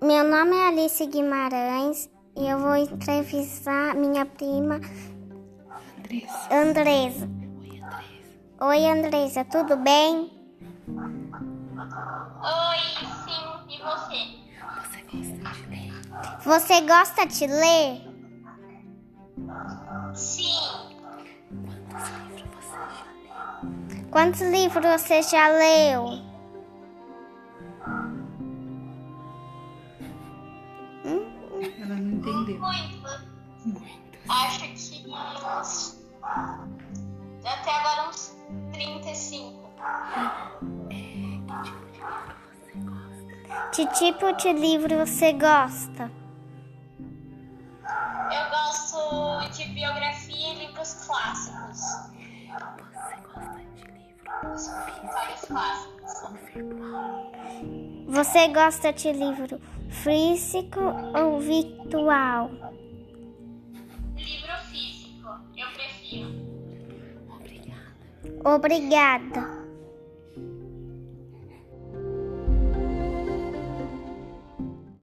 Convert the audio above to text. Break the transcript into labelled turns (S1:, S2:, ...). S1: Meu nome é Alice Guimarães e eu vou entrevistar minha prima
S2: Andressa.
S1: Andresa.
S2: Oi, Andressa.
S1: Oi, Andresa, tudo bem?
S3: Oi, sim, e você?
S2: Você gosta
S1: Você gosta de
S2: de ler?
S1: ler?
S3: Sim,
S1: Quantos
S2: Quantos livros você já leu?
S1: livros você já leu?
S2: Ela não entendeu.
S3: muito.
S2: Muitos.
S3: Acho que uns. Até agora uns 35.
S1: Que tipo de livro você gosta?
S3: Eu gosto de biografia e livros clássicos.
S2: Você gosta de livro
S3: Vários clássicos.
S2: ou virtual?
S1: Você gosta de livro físico ou virtual?
S3: Livro físico, eu prefiro.
S2: Obrigada.
S1: Obrigada.